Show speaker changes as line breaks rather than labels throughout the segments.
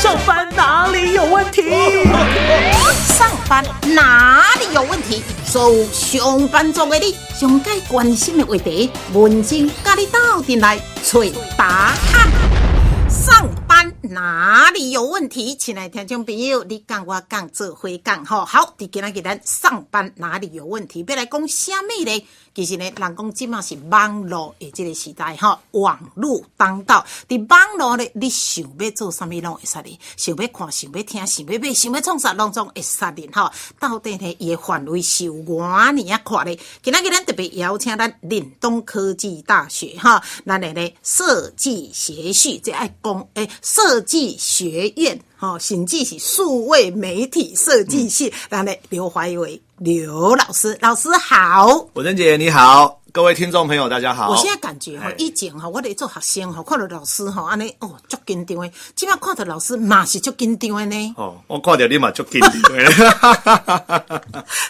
上班哪里有问题？
上班哪里有问题？所有上班族的你，上该关心的话题，文静甲你斗阵来找答案。上班哪里有问题？亲爱的听众朋友，你讲我讲做伙讲吼，好，伫今仔日咱上班哪里有问题？要来讲虾米咧？其实呢，人讲即嘛是网络的即个时代吼，网络当道。伫网络咧，你想要做啥物拢会使哩，想要看、想要听、想要买、想要创啥拢总会使哩吼。到底呢，伊的范围是有偌尼啊宽咧？今仔日咱特别邀请咱岭东科技大学吼，咱的咧设计学系这爱讲诶设计学院。吼，甚至是数位媒体设计系，咱的刘怀伟刘老师，老师好。
文珍姐你好，各位听众朋友大家好。
我现在感觉吼
哎，
以前吼，我咧做学生吼，看到老师吼，安尼哦，足紧张的。即摆看到老师嘛是足紧张的呢。
哦，我看到你嘛足紧 张的，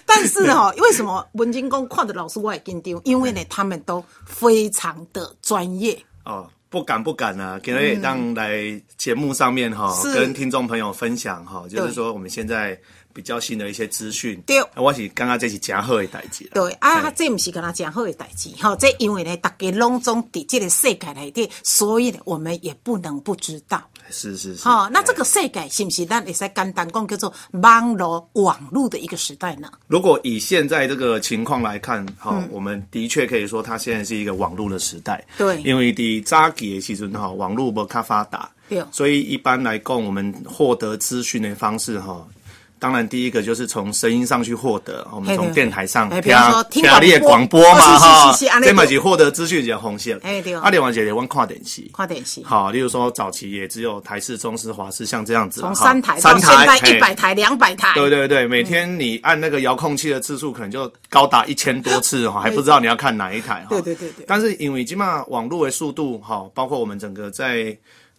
但是 吼，为什么文金工看到老师我也紧张？因为呢，他们都非常的专业。
哦，不敢不敢啊，今天也当来节目上面哈、
嗯是
跟听众朋友分享哈、就
对
是说我们现在比较新的一些资讯。
对
啊我是刚刚这是真好的代志。
对啊
哎，
这毋是跟他讲好的代志吼，这因为呢，大家拢总伫这个世界内底，所以呢，我们也不能不知道。
是是是。
好、那这
哎
个世界是不是咱会使简单讲叫做网络网络的一个时代呢？
如果以现在这个情况来看，哈、
嗯
我们的确可以说它现在是一个网络的时代。
对
因为的扎吉的时阵哈，网络不卡发达，
对
所以一般来讲，我们获得资讯的方式哈。当然，第一个就是从声音上去获得，我们
嘿
从
对
电台上
哎比方说听广播
听你的广播
哦
嘛，
是是
哈
是是安，尼
这么
就
是获得资讯的红线。
哎对
啊，另外一个我们看电视，
看电视
好，例如说早期也只有台视、中视、华视，像这样子啦，
从
哈
三台到
三
现在
台嘿
一百台、两百台，
对对对，每天你按那个遥控器的次数可能就高达一千多次哈，还不知道你要看哪一台哈。
对对对对
但是因为起码网络的速度哈，包括我们整个在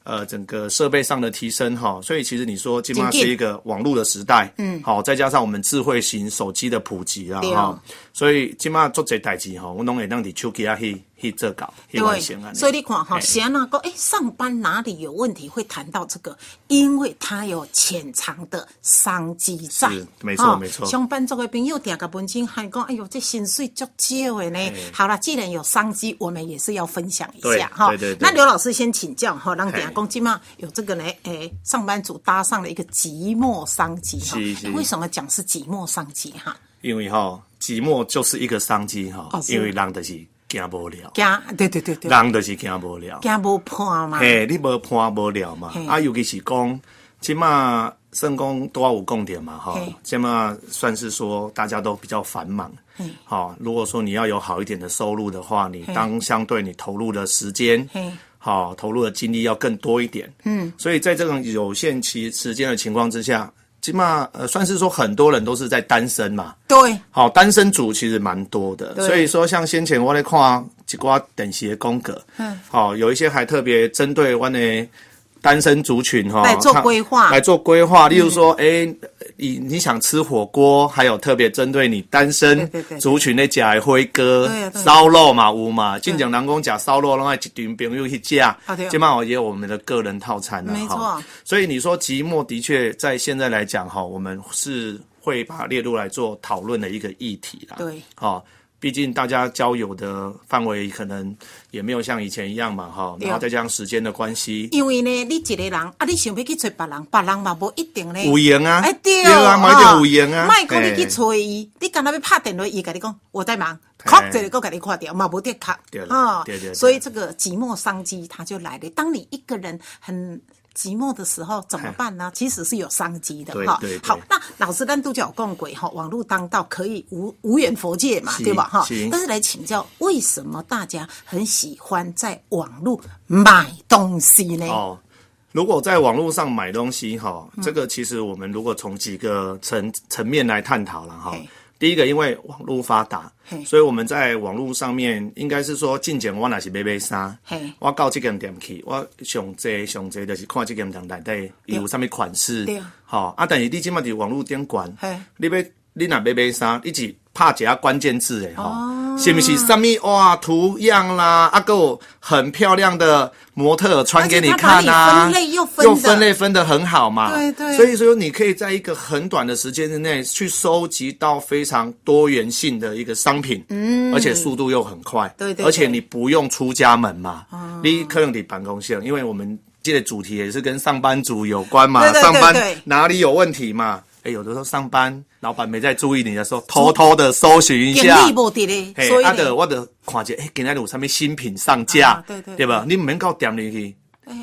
呃整个设备上的提升哈，所以其实你说起码
紧
是
紧
一个网络的时代，嗯，好，再加上我们智慧型手机的普及啦
对哦
哈，所以起码做这代志哈，我拢会让你手机啊去去做搞去完成啊。
所以你看哈，
哎
谁那个哎，上班哪里有问题会谈到这个？因为它有潜藏的商机在
是，没错
哦
没错
上班族的朋友点个文章还讲，哎呦，这薪水足少的呢。好了，既然有商机，我们也是要分享一
对
下哈
对对对。
那刘老师先请教哈，让
嘿
点下公鸡嘛有这个呢，哎，上班族搭上了一个寂寞商机哈
是。是
哎为什么讲是寂寞商机哈？
因为哈寂寞就是一个商机哈
哦，是
因为人就是惊无聊，
惊，对对对对，
人就是惊无聊。
惊无伴嘛。
嘿，你无伴无聊嘛
嘿，
啊，尤其是讲，即马算讲多有共点嘛，吼
嘿，
即马算是说大家都比较繁忙
嘿，
好、如果说你要有好一点的收入的话，你当相对你投入的时间
嘿，
好、投入的精力要更多一点，嗯，所以在这种有限期时间的情况之下，起码呃，算是说很多人都是在单身嘛，
对，
好，单身族其实蛮多的，
对
所以说像先前我在看几挂等级的宫格，嗯，好、有一些还特别针对我的单身族群哈、
来做规划嗯
来做规划。例如说，哎、你你想吃火锅，还有特别针对你单
对
身
对对
族群的假的辉哥
对啊对啊
烧肉嘛，有嘛，进讲南宫假烧肉，然后一群朋友去吃，
对啊
今嘛也有我们的个人套餐了、
没错
哈所以你说寂寞的确在现在来讲哈，我们是会把它列入来做讨论的一个议题啦。
对，
好、毕竟大家交友的范围可能也没有像以前一样嘛哈、
对哦
然后再加上时间的关系，
因为呢，你一个人啊，你想要去找别人，别人嘛无一定呢。
有闲啊
哎对
对啊嘛一定有闲啊
莫讲你去
哎
找伊，你干那要拍电话，伊甲你讲我在忙，
哎
敲一下个甲你看掉，嘛无得敲
对啦
啊
对对对
所以这个寂寞商机它就来了。当你一个人很。寂寞的时候怎么办呢？其实是有商机的
对
哈
对。对
好，那老师咱都讲共轨哈，网络当道可以无无远佛界嘛，
是
对吧哈
是？
但是来请教，为什么大家很喜欢在网络买东西呢？嗯
哦。如果在网络上买东西哈、这个其实我们如果从几个层层面来探讨了哈
嘿。
第一个，因为网络发达
嘿，
所以我们在网络上面应该是说，进前我那是买买衫
嘿，
我到这间店去，我上济上济就是看这间店内底伊有啥物款式
对啊，
好啊。但是你即马伫网络顶管
嘿，
你要你若买买衫，你是拍一下关键字诶，吼、
哦
是不是？什么哇图样啦，啊，有很漂亮的模特儿穿给你看
而且它
啊，
把你分类又分的
又分类分的很好嘛，
对对
所以说你可以在一个很短的时间之内去收集到非常多元性的一个商品，嗯，而且速度又很快，
对对啊
而且
对
你不用出家门嘛，你可能得办公室，因为我们这个主题也是跟上班族有关嘛，
对对对
上班
对
哪里有问题嘛？哎，有的时候上班老板没在注意你的时候，偷偷的搜寻一
经
下。
历无伫咧，
嘿
所，以
啊，就
呢，
我就看见，哎、今天有啥物新品上架，
啊对对
对吧？你不免到店里去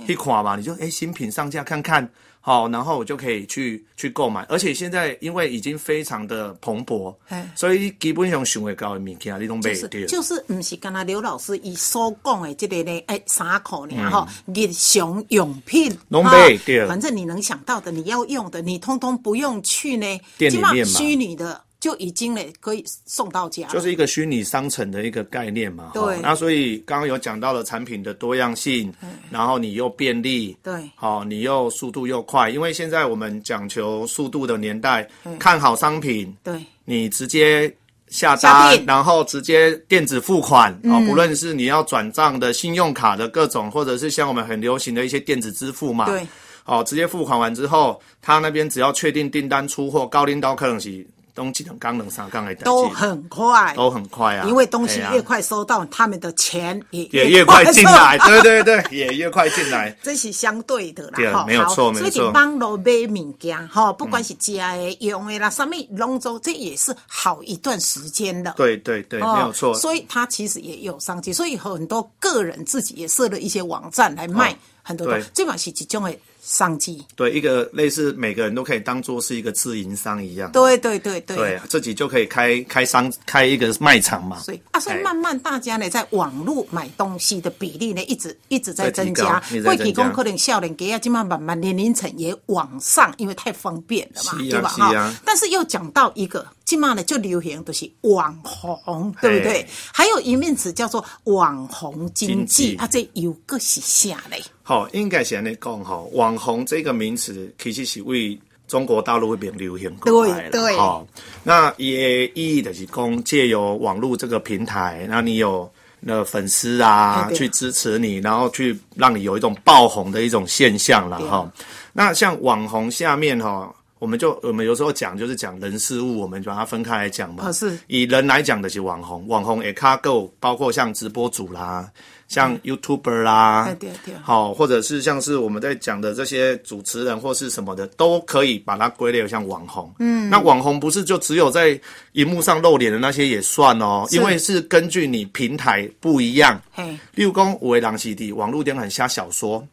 去看嘛，你就哎、新品上架看看，好、然后我就可以去去购买。而且现在因为已经非常的蓬勃
嘿，
所以基本上想会到的物件你都买
就
得
是
到。
就是，毋是干那刘老师伊所讲的这个呢，哎，衫裤呢吼，日常用品，
嗯拢买
哈
对
反正你能想到的，你要用的，你通通不用去呢，
店里
起码
面嘛
虚拟的就已经呢可以送到家了，
就是一个虚拟商城的一个概念嘛。
啊对
齁那所以刚刚有讲到了产品的多样性，然后你又便利，
对
好、你又速度又快，因为现在我们讲求速度的年代，看好商品，
对。
你直接下
下嗯
单
定，
然后直接电子付款啊、不论是你要转账的、信用卡的各种，或者是像我们很流行的一些电子支付嘛，
对，
哦，直接付款完之后，他那边只要确定订单出货，高领导可能是东几等刚能上杠的代
都
金
很快，
都很快啊，
因为东西
哎呀
越快收到，他们的钱也
也越快进来，
收
对对 对，也越快进来。
这是相对的
对
啦，吼，
没有错
好
没有
所以
错
你网络买物件，吼，不管是食的、用的啦，什么拢州，这也是好一段时间了。
对对对，
哦
没有错。
所以它其实也有商机，所以很多个人自己也设了一些网站来卖
哦
很多东西
对，
这嘛是一种的商机。
对，一个类似每个人都可以当做是一个自营商一样，
对对对对。
对，啊自己就可以开开商开一个卖场嘛。
所以啊，所以
哎
慢慢大家呢，在网络买东西的比例呢，一直一直在增
在
加
提高
过
一直。在增加
去讲可能少年家啊，今慢慢慢年龄层也往上，因为太方便了嘛，
是啊
对吧？
是啊
但是又讲到一个，今嘛呢就流行都是网红，对不对
嘿？
还有一面词叫做网红经
哎经
济，
济
啊，这有个是啥嘞？
好，应该是安尼讲吼，网红这个名词其实是为中国大陆那边流行过来的。
对对
好，那也意义就是讲借由网络这个平台，那你有那粉丝啊
哎对
去支持你，然后去让你有一种爆红的一种现象了
对
哈。那像网红下面哈。我们就我们有时候讲就是讲人事物，我们把它分开来讲嘛。
哦是
以人来讲的是网红，网红也卡够，包括像直播主啦，像 YouTuber 啦，
哎对对
好，或者是像是我们在讲的这些主持人或是什么的，都可以把它归类为像网红。嗯，那网红不是就只有在荧幕上露脸的那些也算哦，因为是根据你平台不一样。
嘿，
例如讲，有的人是伫网络顶很写小说，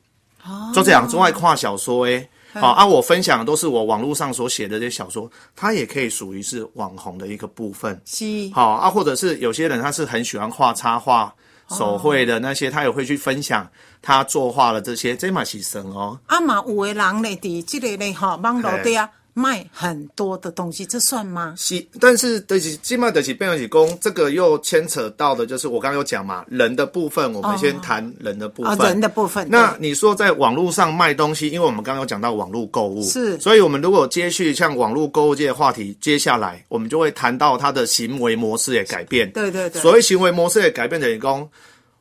就这样之外跨小说诶。好啊，我分享的都是我网络上所写的这些小说，它也可以属于是网红的一个部分。
是
好啊，或者是有些人他是很喜欢画插画、手绘的那些，他也会去分享他作画的这些，这嘛是神哦。
啊嘛，有的人呢，伫这个呢，哈，网络
哎
底啊卖很多的东西，这算吗？
是，但是的是起码的是变成是公，这个又牵扯到的就是我刚刚有讲嘛，人的部分，我们先谈哦人的部分。
啊人的部分
那
对
你说在网络上卖东西，因为我们刚刚有讲到网络购物，
是
所以我们如果接续像网络购物这些话题，接下来我们就会谈到他的行为模式的改变。
对对对
所谓行为模式的改变等于公。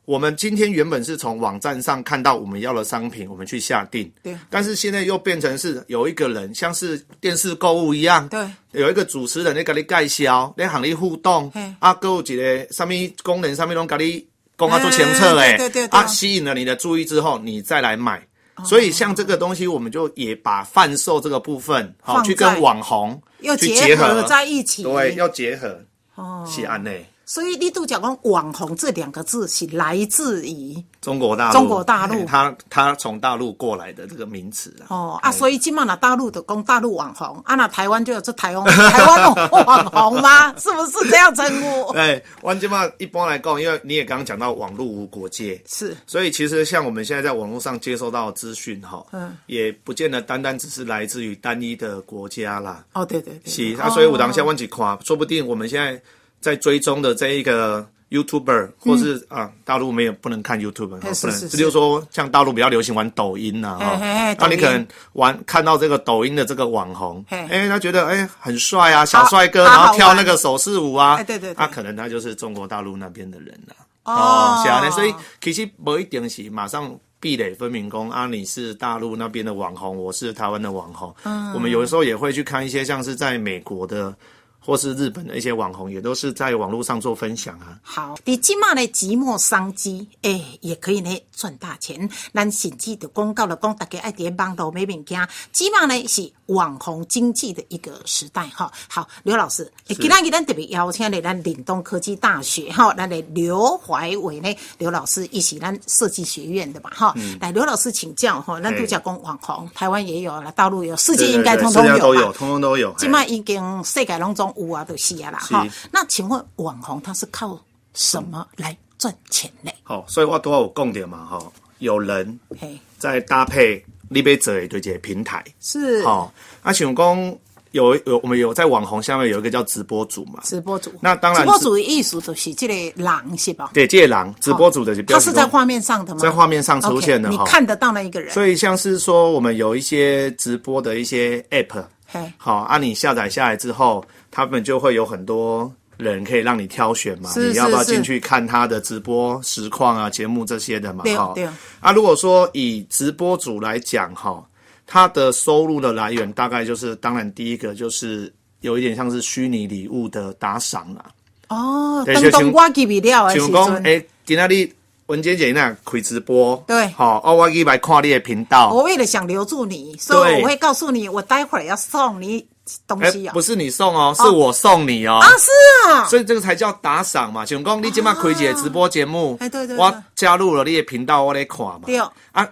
我们今天原本是从网站上看到我们要的商品，我们去下定。
对
但是现在又变成是有一个人，像是电视购物一样，
对
有一个主持人咧甲你介绍，咧行你互动
嘿，
啊，还有一个什么功能上面拢甲你讲啊做清楚
哎
诶
对对对，对哦
啊，吸引了你的注意之后，你再来买。所以像这个东西，我们就也把贩售这个部分，好、
放在
去跟网红
又
去
结合
合
在一起
对，要结合。哦，是安内，
所以你都讲讲网红这两个字是来自于
中国大陆，
中国大陆
嘿他他从大陆过来的这个名词啊。
哦啊，所以今嘛那大陆的讲大陆网红，啊那台湾就有这台湾台湾网网红吗？ 是不是这样称呼？
哎，万金嘛，一般来讲，因为你也刚刚讲到网络无国界，
是
所以其实像我们现在在网络上接收到的资讯哈，嗯，也不见得单单只是来自于单一的国家啦。
哦，对对对，
是啊，所以我当下忘记夸，说不定我们现在在追踪的这一个 YouTuber 或是啊、大陆没有不能看 YouTuber，哦
哎嗯是
不能，
是是
这就是说像大陆比较流行玩抖音呐、
哎哎哎
哦，那你
抖音
可能玩看到这个抖音的这个网红，
哎
哎，他觉得哎很帅啊，小帅哥，
啊
然
好
后跳
玩
那个手势舞啊，
哎对对对
他可能他就是中国大陆那边的人啊了、
哦
是啊，所以其实不一定是马上壁垒分明工啊，你是大陆那边的网红，我是台湾的网红。嗯，我们有的时候也会去看一些像是在美国的或是日本的一些网红，也都是在网络上做分享啊。
好，你即马呢寂寞商机，诶、也可以呢赚大钱。咱甚至就讲到了讲，大家爱伫网络买物件，即马呢是网红经济的一个时代哈。好，刘老师，诶今仔日咱特别邀请了咱岭东科技大学哈，咱的刘怀伟呢，刘老师一起咱设计学院的嘛哈。
嗯
来，刘老师请教哈，咱度假讲网红，台湾也有啦，大陆也有，世界应该
对对
通通
世界都
有
有，
吧。
通通都有。哎
即
嘿
卖已经世界拢总有啊，就是啊啦
是
哈。那请问网红他是靠什么来赚钱呢？
好，所以我都有讲点嘛，哈，有人
嘿，
再搭配你被者对接平台，
是
好、啊，请工有有我们有在网红下面有一个叫直播主嘛，
直播主。
那当然
直播主的意思就是这个狼是吧？
对，借狼直播主的就
哦他
标题
是在
中
画面上的吗？
在画面上出现的
OK，
哈
你看得到那一个人。
所以像是说，我们有一些直播的一些 app，
嘿
好啊，你下载下来之后，他们就会有很多人可以让你挑选嘛，
是
你要不要
是是
进去看他的直播实况啊、节目这些的嘛，
对
哈
对。
啊，如果说以直播主来讲哈，他的收入的来源大概就是，当然第一个就是有一点像是虚拟礼物的打赏啊啦、
哦，
对
当
就
当
像
我记不了的时
像讲，
阵，
诶、今仔日文姐姐那开直播，
对哦
好、哦，我去来看你的频道，
我为了想留住你，所以
对
我会告诉你，我待会儿要送你东
哎、
西哦。
不是你送哦，是我送你哦。
啊，是啊，
所以这个才叫打赏嘛，请讲你今麦开一个直播节目，
哎对对对
我加入了你的频道，我来看嘛。
对哦
啊，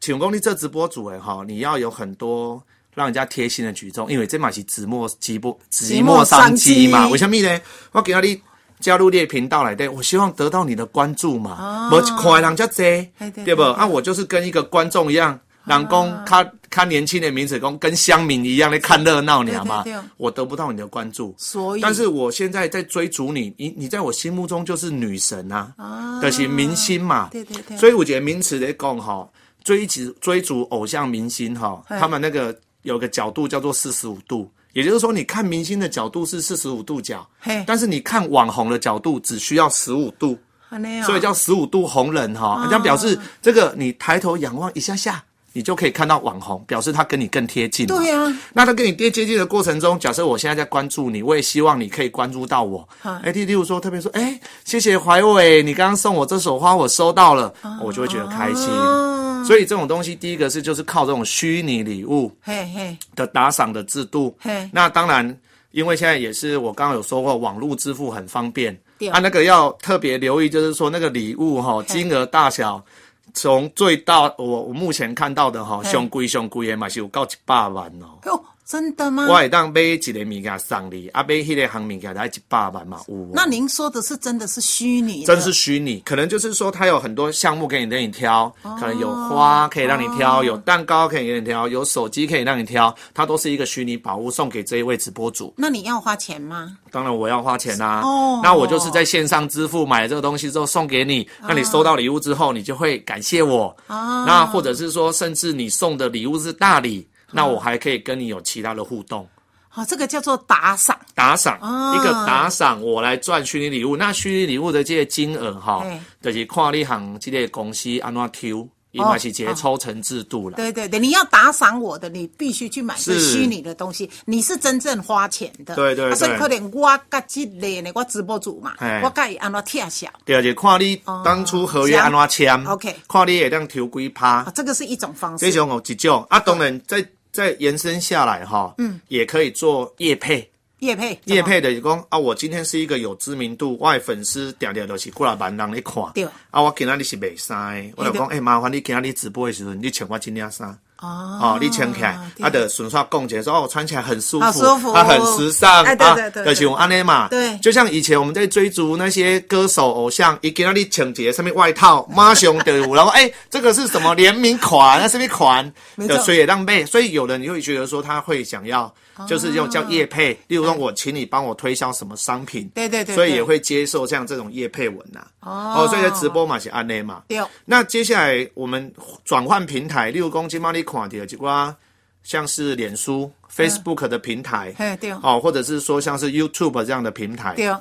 请讲你这直播主诶哈，你要有很多让人家贴心的举动，因为这嘛是寂寞寂寞寂寞商
寂
机
寞商
嘛。
机
为什么呢？我给你加入你的频道来对，我希望得到你的关注嘛，无、看的人家
哎
多，
啊对
对不？
对啊
啊，我就是跟一个观众一样。人讲看看年轻的名字，讲跟乡民一样在看热闹，你知道吗
对对对？
我得不到你的关注，
所以
但是我现在在追逐你，你你在我心目中就是女神啊，
啊
就是明星嘛。
对对对
所以我觉得名词来讲哈，追逐追逐偶像明星哈，
嗯
他们那个有个角度叫做四十五度，也就是说你看明星的角度是四十五度角
嘿，
但是你看网红的角度只需要十五度。
安尼哦
所以叫十五度红人哈、
啊
人家表示这个你抬头仰望一下下，你就可以看到网红，表示他跟你更贴近嘛。
对啊
那他跟你贴接近的过程中，假设我现在在关注你，我也希望你可以关注到我。哎，例例如说，特别说，哎，谢谢怀伟，你刚刚送我这手花，我收到了，我就会觉得开心。
啊
所以这种东西，第一个是就是靠这种虚拟礼物，
嘿嘿，
的打赏的制度
嘿。
那当然，因为现在也是我刚刚有说过，网络支付很方便
对。
啊，那个要特别留意，就是说那个礼物哈、金额大小，从最大我我目前看到的哈、上贵上贵的嘛是有到一百万哦。
哟，真的吗？
我会当买一个物件送你，啊买迄个项物件才一百万嘛有、哦。
那您说的是真的是虚拟的，
真是虚拟，可能就是说它有很多项目给你让你挑，可能有花可以让你挑，有蛋糕可以让你挑，有手机可以让你挑，它都是一个虚拟宝物送给这一位直播主。
那你要花钱吗？
当然我要花钱啦、
哦
那我就是在线上支付买了这个东西之后送给你，那你收到礼物之后你就会感谢我，那或者是说甚至你送的礼物是大礼，那我还可以跟你有其他的互动。
好，哦这个叫做打赏。
打赏，
啊
一个打赏，我来赚虚拟礼物。那虚拟礼物的这些金额哈
嘿，
就是看你行这个公司安怎抽，因为是一个抽成制度啦。
哦对对对，你要打赏我的，你必须去买这
是
虚拟的东西，你是真正花钱的。
对对
啊所以
对
可能我甲这个呢，我直播主嘛
嘿，
我甲伊安怎拆小
对，啊就是看你当初合约安怎
这
签
样，OK 哦
看你会当抽几趴
啊，，这个是一种方
这
式。
种有一种啊，当然再再延伸下来哈，嗯，也可以做业配。
叶配，
业配的是讲啊，我今天是一个有知名度，我的粉丝点点都是过来万人咧看
对。
哎啊，我今仔日是卖衫的，我就讲，诶、麻烦你今仔日直播的时候，你穿我这领衫。哦，你穿起来，
对
啊，就顺便讲解说哦，穿起来很舒
好
服，
舒服
啊，很时尚，
哎对对对
啊，
对
就是用安内嘛，
对
就像以前我们在追逐那些歌手偶像，一给那里穿一个上面外套，马上就有，然后哎，这个是什么联名款，那是什么款，
没错
就所以浪费，所以有人你会觉得说他会想要，
哦
就是用叫业配，例如说我请你帮我推销什么商品，
对对对
所以
对
也会接受像这种业配文呐，哦，所以在直播嘛是安内嘛，
对，
那接下来我们转换平台，例如讲今嘛你看到几寡啊像是脸书、Facebook 的平台，
嗯嘿对
哦，或者是说像是 YouTube 这样的平台，
对，哦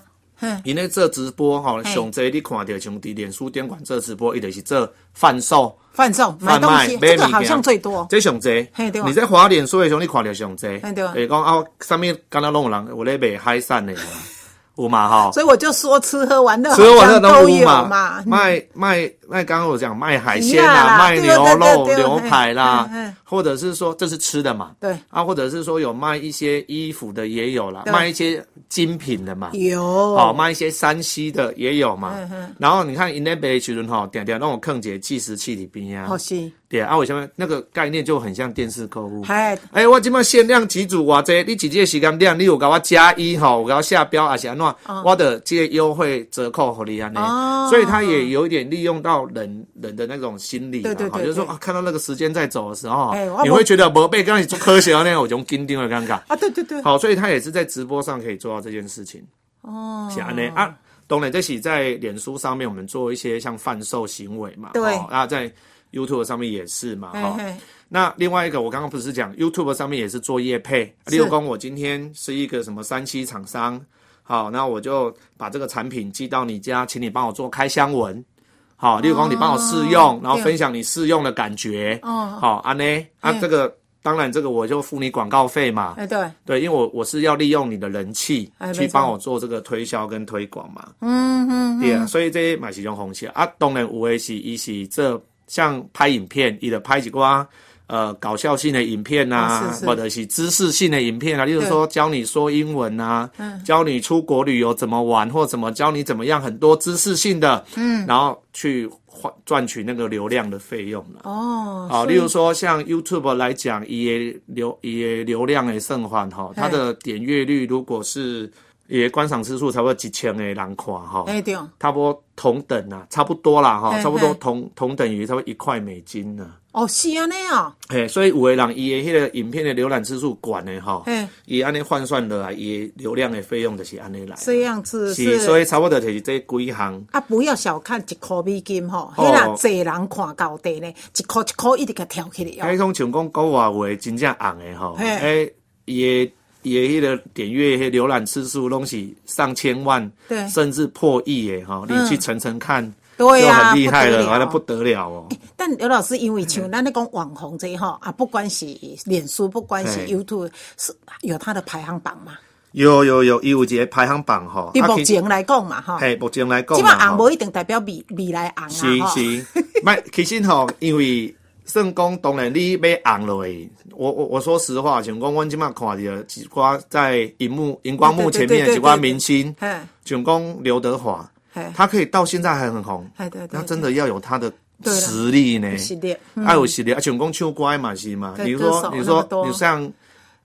因为这直播哈，
嘿
上这你看到像伫脸书店馆这直播，伊就是这贩售。
贩售买
贩
东
卖
西，
买啊
这个
物
好
件
像最多。
这上侪
嘿对啊，
你在滑脸书的时候，你看到上侪，
嘿对啊
会讲啊，上面敢若拢有人有咧卖海 产的嘛，有嘛吼，
所以我就说吃喝玩乐好
所以我那
像都
东屋
有
嘛
嘛，，
卖卖卖，刚刚我讲卖海鲜
鱼啦
啦，卖
对
牛
对对
肉、
对对
牛排啦
嗯嗯，
或者是说这是吃的嘛，
对
啊，或者是说有卖一些衣服的也有啦，
对
卖一些精品的嘛，
嗯
哦，
有嗯
卖一些山西的也有嘛，然后你看 in that b 时阵吼，点点那种坑节计时器里边啊
好，是，
对啊，为什么那个概念就很像电视购物？
哎，
哎、我即摆限量几组偌济，你几个时间量，你有甲我加一吼，有甲我下标还是安怎？我的这个优惠折扣啊互你安尼，
哦
所以他也有一点利用到人人的那种心理嘛，
对对
吼
对
就是说
对
啊，看到那个时间在走的时候，
哎我
你
没
会觉得无被刚才做科学那样，我种紧张的尴尬。
啊，对对对，
好，所以他也是在直播上可以做到这件事情。哦，是安尼啊。当然，这是在脸书上面我们做一些像贩售行为嘛，
对哎
哦啊，在 YouTube 上面也是嘛，
嘿
哈、
嘿
那另外一个，我刚刚不是讲 YouTube 上面也是做业配，例如讲我今天是一个什么三七厂商，好，那我就把这个产品寄到你家，请你帮我做开箱文。好，例如讲你帮我试用，然后分享你试用的感觉。哦，好，安呢，啊，这个当然这个我就付你广告费嘛。
哎对，
对，因为我我是要利用你的人气
哎没错
去帮我做这个推销跟推广嘛。嗯嗯，对啊，所以这些嘛是用红线啊。当然，有的是伊是这像拍影片，伊的拍一寡呃搞笑性的影片
啊
啊，
是是
或者是知识性的影片啊，例如说教你说英文啊，
嗯
教你出国旅游怎么玩，或怎么教你怎么样，很多知识性的，嗯，然后去换赚取那个流量的费用了。
哦，
好，例如说像 YouTube 来讲，也流也流量的盛环哈，它的点阅率如果是也观赏次数差不多几千的人看哈，
哎对，
差不多同等啊，差不多啦哈，
嘿
差不多
嘿
同同等于差不多一块美金呢。
哦是安尼哦，
嘿，所以有的人伊的迄个影片的浏览次数管的哈
嘿，
伊安尼换算落来，伊的流量的费用就是安尼来的。
这样子
是，所
是。
以差不多就是这几行。
啊，不要小看一颗美金吼，
哦
迄若济人看到地呢，一颗一颗一直甲跳起来哦。
迄种像讲国外话真正红的吼，
嘿
诶，伊的伊的迄个点阅、迄浏览次数拢是上千万，
对
甚至破亿的吼，你去层层看，
对
就
啊
很厉害
不得
了，
了
完了不得了哦。
但刘老师，因为像咱咧讲网红这一吼，啊，不管是脸书，不管是
嗯嘿
YouTube，是有它的排行榜嘛。
有有有，伊有一个排行榜吼，
对
啊
目
其
前来讲嘛，吼，
嘿，目前来讲
即
嘛
摆红
吼
无一定代表未未来红
是
啊，吼。
是，卖其实吼，因为算讲当然你要红落去，我我我说实话，像讲阮即马看到一寡在荧幕荧光幕前面的一寡明星
对对对对对对，
像讲刘德华
嘿，
他可以到现在还很红
嘿对对，对
他真的要有他的
对啦
实力呢，
实力嗯
啊有实力，啊像讲唱歌嘛是嘛，
对
比如
歌
说
手那
你
么
说
多
你像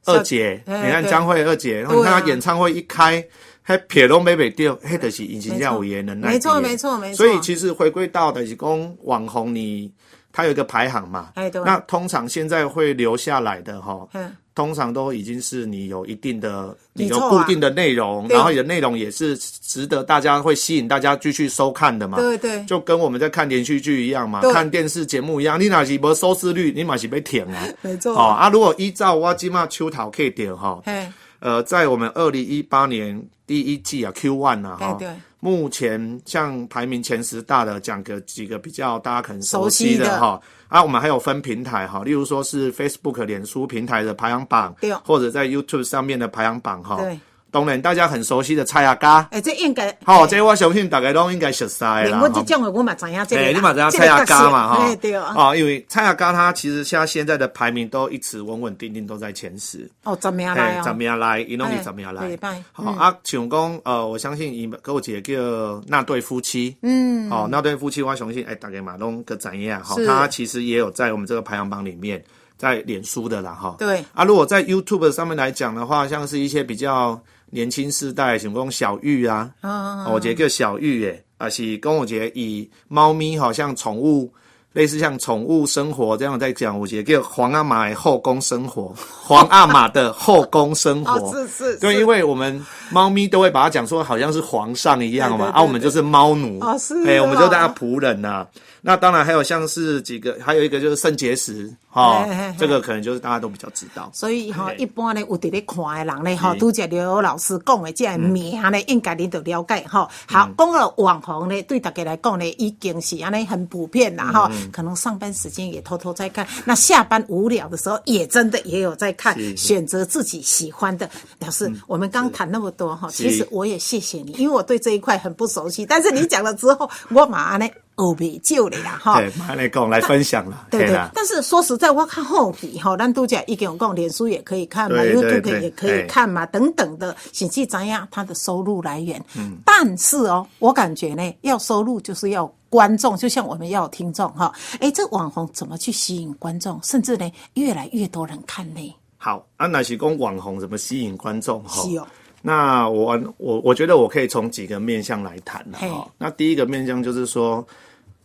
二姐，
嘿
你看
对
张惠二姐，然后你
对啊
看她演唱会一开。还撇拢没被掉，迄就是已经要有伊的能耐
没错
在的
没错没错
所以其实回归到的是讲网红你，它有一个排行嘛
哎对。
那通常现在会留下来的哈
嗯，
通常都已经是你有一定的，你
没错
有
啊
固定的内容，
对
然后你的内容也是值得大家会吸引大家继续收看的嘛。
对对
就跟我们在看连续剧一样嘛
对，
看电视节目一样，你哪是无收视率，你嘛是被舔啊。
没错
哦啊，如果依照我今嘛秋桃 K 点哈，
嘿，
呃，在我们二零一八年第一季啊 Q one 啊
哎
哈
对，
目前像排名前十大的，讲个几个比较大家可能
熟
熟
悉
悉
的
的哈。啊，我们还有分平台哈，例如说是 Facebook、脸书平台的排行榜
对，
或者在 YouTube 上面的排行榜哈。
对，
当然大家很熟悉的蔡阿嘎，
哎诶，这应该
好，这我相信大家都应该熟悉的
连
啦。
我
哈
这种的我嘛知影这个
哎，
人，
你马知道
这
蔡
个
阿
角色
嘎嘛哈
哎，对啊，
哦，因为蔡阿嘎他其实像现在的排名都一直稳稳定定都在前十，
哦，怎么样来
嘿怎么
哦？
样来，伊拢
哎
是怎么样来
礼拜，嗯
好啊，像讲呃，我相信伊跟我姐叫那对夫妻，嗯，哦，那对夫妻我相信哎，大家嘛拢个知影哈
是，
他其实也有在我们这个排行榜里面。在脸书的啦哈。
对
啊，如果在 YouTube 上面来讲的话，像是一些比较年轻世代，像讲小玉啊，
嗯
哦，我觉得叫小玉诶，啊是跟我觉得以猫咪好像宠物。类似像宠物生活这样在讲，我觉得叫皇阿玛的后宫生 活，皇阿玛的后宫生活，
哦是是是
对，因为我们猫咪都会把它讲说好像是皇上一样
对
嘛，
对对
啊，我们就是猫奴，
哦是
哎，我们
哦
就当它仆人呐、那当然还有像是几个，还有一个就是肾结石，哈、
嘿嘿嘿
这个可能就是大家都比较知道。
所以吼，
嘿
一般咧有伫咧看的人咧吼，
是
拄则刘老师讲的这个名咧，应该恁都了解吼。
嗯
好，讲到网红咧，对大家来讲咧，已经是安尼很普遍
嗯
啦吼。可能上班时间也偷偷在看，那下班无聊的时候也真的也有在看，
是是
选择自己喜欢的。老师，我们刚谈那么多哈，
是
其实我也谢谢你，因为我对这一块很不熟悉，但是你讲了之后，我马上咧学袂少咧啦哈。
对，马来跟我来分享了，
哦 对
嘿
对
啦，
但是说实在，我看后期哈，咱都讲一经有讲，脸书也可以看嘛
对对
，YouTube
对
也可以看嘛，等等的，甚至怎样它的收入来源。但是哦，我感觉呢，要收入就是要观众，就像我们要有听众哈。哎，这网红怎么去吸引观众，甚至呢越来越多人看呢？
好，啊，那是讲网红怎么吸引观众哈？
是哦
那我我我觉得我可以从几个面向来谈啦
嘿
哈。那第一个面向就是说，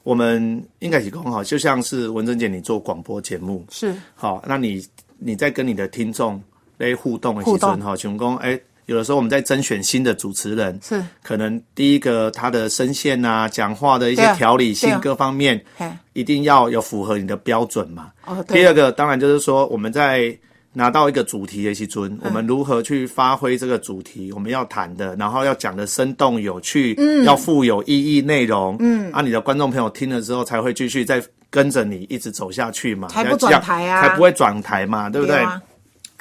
我们应该是讲哈，就像是文珍姐你做广播节目，
是
好，那你你在跟你的听众来互动的时
互动
候，哈，琼工哎。有的时候我们在甄选新的主持人，
是
可能第一个他的声线啊、讲话的一
对
些
啊
条理
对
性
啊
各方面，
嘿
一定要有符合你的标准嘛。
哦对
第二个当然就是说我们在拿到一个主题的时
嗯
尊，我们如何去发挥这个主题，我们要谈的，然后要讲的生动有趣，嗯，要富有意义内容，嗯，啊，你的观众朋友听了之后才会继续再跟着你一直走下去嘛，
才不
要
转台啊
才不会转台嘛，对不对？
啊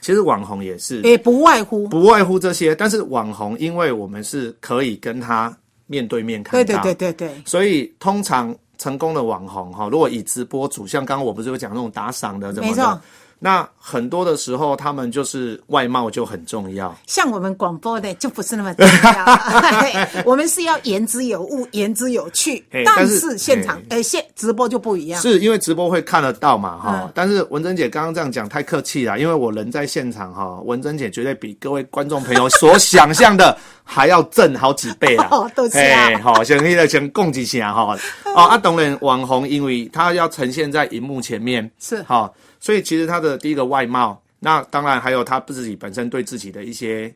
其实网红也是，
也不外乎
不外乎这些，但是网红因为我们是可以跟他面对面看
对
到，
对对对对，
所以通常成功的网红哈，如果以直播主，像刚刚我不是有讲那种打赏的怎么
没错
的，那很多的时候他们就是外貌就很重要。
像我们广播的就不是那么重 要，我们是要言之有物，言之有趣
嘿。
但
但是
是现场，呃，现直播就不一样。
是因为直播会看得到嘛哈、
嗯。
但是文珍姐刚刚这样讲太客气了，因为我人在现场哈，文珍姐绝对比各位观众朋友所想象的还要正好几倍 啦
哦都是啊嗯
嘿好，先那个先供给起来哈。哦，啊，当然网红因为他要呈现在荧幕前面
是
好、所以其实他的第一个外貌，那当然还有他自己本身对自己的一些。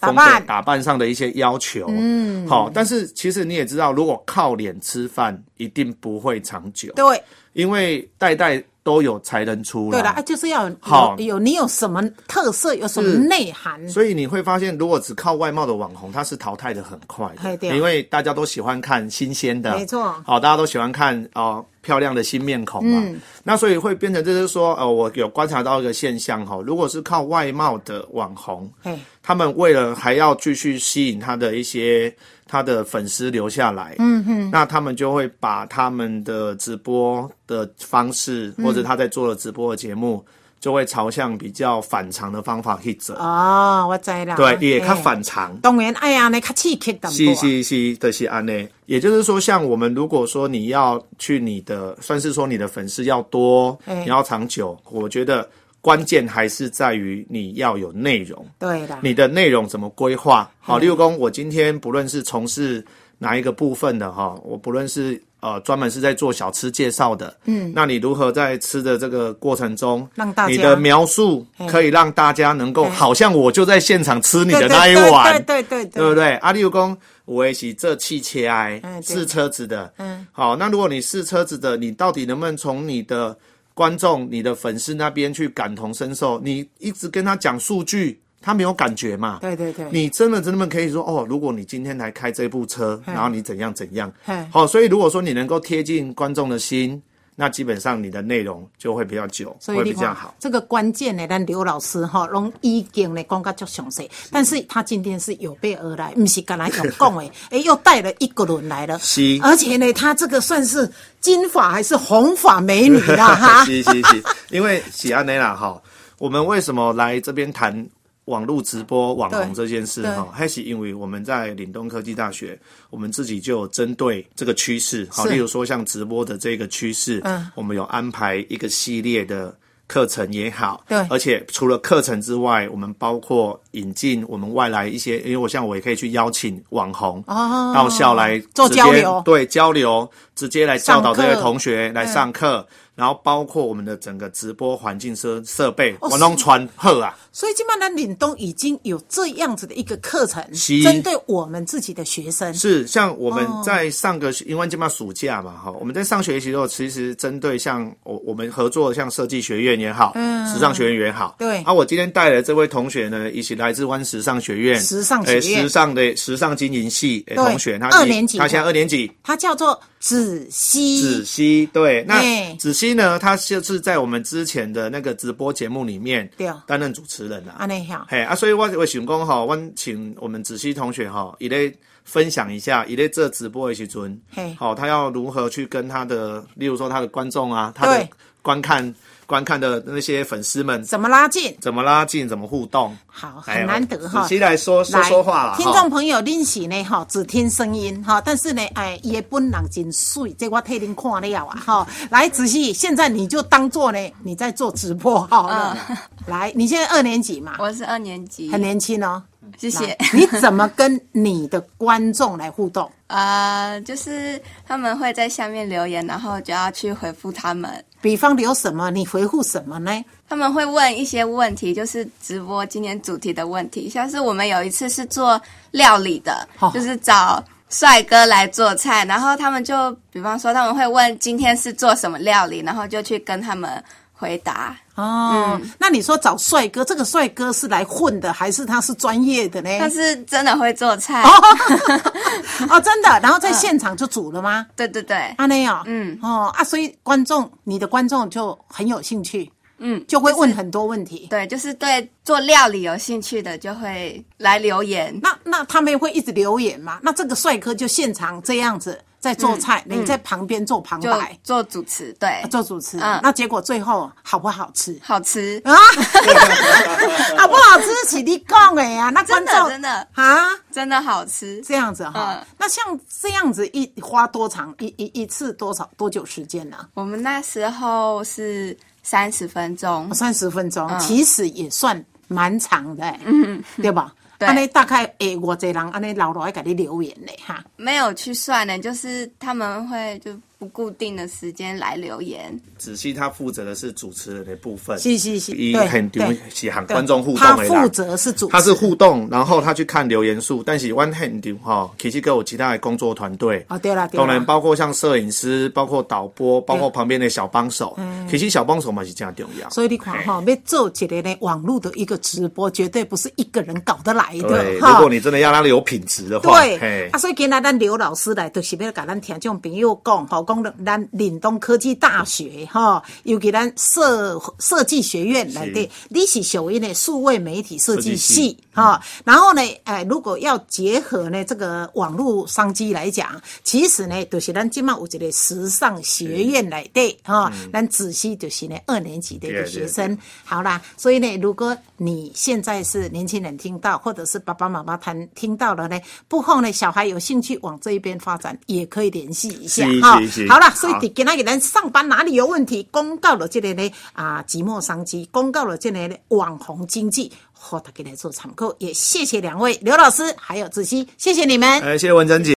打扮
风格打扮上的一些要求，嗯，好，但是其实你也知道，如果靠脸吃饭，一定不会长久。
对
因为代代都有才能出
对了，
来，
啊，就是要有
好
有你有什么特色，有什么
是
内涵，
所以你会发现，如果只靠外貌的网红，他是淘汰的很快
嘿
的，
对啊
因为大家都喜欢看新鲜的，
没错
好、大家都喜欢看哦、漂亮的新面孔嘛。
嗯
那所以会变成就是说，呃，我有观察到一个现象哈、哦，如果是靠外貌的网红，
哎，
他们为了还要继续吸引他的一些他的粉丝留下来，嗯哼，那他们就会把他们的直播的方式，或者他在做的直播的节目，就会朝向比较反常的方法去走，
哦，我知啦，
对，也较
嘿，
反常。
当然，哎呀，你较刺激淡
是
薄啊，
是是，的是安内。也就是说，像我们如果说你要去你的，算是说你的粉丝要多，
哎
你要长久，我觉得关键还是在于你要有内容。
对啦，
你的内容怎么规
嗯
划？好，例如说，我今天不论是从事哪一个部分的哈，我不论是呃专门是在做小吃介绍的，嗯，那你如何在吃的这个过程中，
让大家
你的描述可以让大家能够
嘿
好像我就在现场吃你的
对
那一碗，
对对对
对
对
不
对，
对？啊，例如公，我也是这汽车哎
嗯，对
试车子的，
嗯，
好，那如果你试车子的，你到底能不能从你的观众、你的粉丝那边去感同身受？你一直跟他讲数据，他没有感觉嘛？
对对对，
你真的真的可以说哦，如果你今天来开这部车，然后你怎样怎样
嗯，
好，所以如果说你能够贴近观众的心，那基本上你的内容就会比较久，
所以
会
你
比较
看
好。
这个关键呢，咱刘老师哈，拢已经呢讲到足详细，但是他今天是有备而来，不是刚才有讲 的，哎，又带了一个人来了，
是
而且呢，他这个算是金发还是红发美女 啦啊哈，
是是是，因为喜安内啦哈，我们为什么来这边谈网络直播网红这件事
对
哈？还是因为我们在岭东科技大学，我们自己就有针对这个趋势，好，
是
例如说像直播的这个趋势，
嗯
我们有安排一个系列的。课程也好，
对
而且除了课程之外，我们包括引进我们外来一些，因为我像我也可以去邀请网红
哦
到校来
做
直接
交流
对交流，直接来教导这
上
些
课
同学来上课。
嗯
然后包括我们的整个直播环境设设备，
哦
我弄传贺啊，
所以基本上岭东已经有这样子的一个课程，
是
针对我们自己的学生。
是，像我们
哦
在上个学，因为这嘛暑假嘛，哈，我们在上学期的时候，其实针对像我我们合作的像设计学院也好，嗯，时尚学院也好，
对
啊，我今天带来这位同学呢，一起来自湾时尚学院，哎
时尚学院
诶时尚的时尚经营系诶
对
同学，他
二年级
他现在二年级，
它叫做子
子
熙，
熙，对，
哎
那子熙呢，他就是在我们之前的那个直播节目里面，
对啊
担任主持人啊，
安内哈，
嘿啊，所以我我想讲吼，我请我们子熙同学吼，伊咧分享一下，伊咧这直播的时阵
嘿，
好、他要如何去跟他的，例如说他的观众啊，他的
对
观看观看的那些粉丝们，
怎么拉近？
怎么拉近，怎么互动，
好，
哎
很难得哈
子。熙来说说
来
说话了，
听
哈
众朋友，恁是呢哈，只听声音哈，但是呢，哎，伊的本人真水，这我替恁看了啊哈。来，子熙，现在你就当做呢你在做直播好了。来，你现在二年级嘛，
嗯我是二年级，
很年轻哦。
谢谢
来。你怎么跟你的观众来互动？
啊、就是他们会在下面留言，然后就要去回复他们。
比方留什么，你回复什么呢？
他们会问一些问题，就是直播今天主题的问题，像是我们有一次是做料理的，
哦
就是找帅哥来做菜，然后他们就比方说他们会问今天是做什么料理，然后就去跟他们回答。
哦，
嗯
那你说找帅哥，这个帅哥是来混的，还是他是专业的呢？
他是真的会做菜，
哦， 真的，然后在现场就煮了吗？
对对对，
阿内哦，
嗯
哦啊，所以观众，你的观众就很有兴趣，
嗯，
就会问很多问题。
对，就是对做料理有兴趣的就会来留言。
那那他们会一直留言嘛？那这个帅哥就现场这样子在做菜，
嗯
你在旁边做旁
就
白、啊
做主持，对，
做主持、
嗯
那结果最后好不好吃？
好吃，
啊， 好不好吃是你讲的呀、那观
真
众
的真的
啊。
真的好吃。
这样子哈、
嗯
那像这样子一花多长一一一次多少多久时间呢、
我们那时候是三十分钟，
三十分钟，其实也算蛮长的、嗯，对吧？
对
安尼大概诶，我这人安尼老落来给你留言嘞哈。
没有去算呢，就是他们会就不固定的时间来留言，
子熙他负责的是主持人的部分，
是是是，
以
对
很
对
喜喊
对
观众互动
他
为
负
啦。
责是主持，
他是互动，然后他去看留言数，但是 One Hand 哈，其实跟我其他的工作团队
哦，对啦对
当然，
啦，
包括像摄影师，包括导播，包括旁边的小帮手，其实小帮手嘛是这样重要。
嗯所以你看哈，要做起来呢，网络的一个直播，绝对不是一个人搞得来
对，
的
如果你真的要让它有品质的话，
对
嘿，
啊，所以今仔咱刘老师来，就是要甲咱听众朋友讲，吼，讲咱岭东科技大学，吼，尤其咱设设计学院来底，你是属于呢数位媒体设计
设计
系
系，
哈、然后呢，哎，如果要结合呢这个网络商机来讲，其实呢，就是咱今嘛有一个时尚学院来底，哈、
嗯
咱子熙就是呢二年级的一个
对
学
对
生。生好啦，所以呢，如果你现在是年轻人听到，或者是爸爸妈妈谈听到了呢，不后呢，小孩有兴趣往这一边发展，也可以联系一下
是
哈
是是
好啦，所以
好
伫今仔啊日咱上班哪里有问题，公告了这个呢啊，寂寞商机，公告了这个呢网红经济，和大家来做参考。也谢谢两位刘老师还有子熙，谢谢你们。
哎，谢谢文珍姐。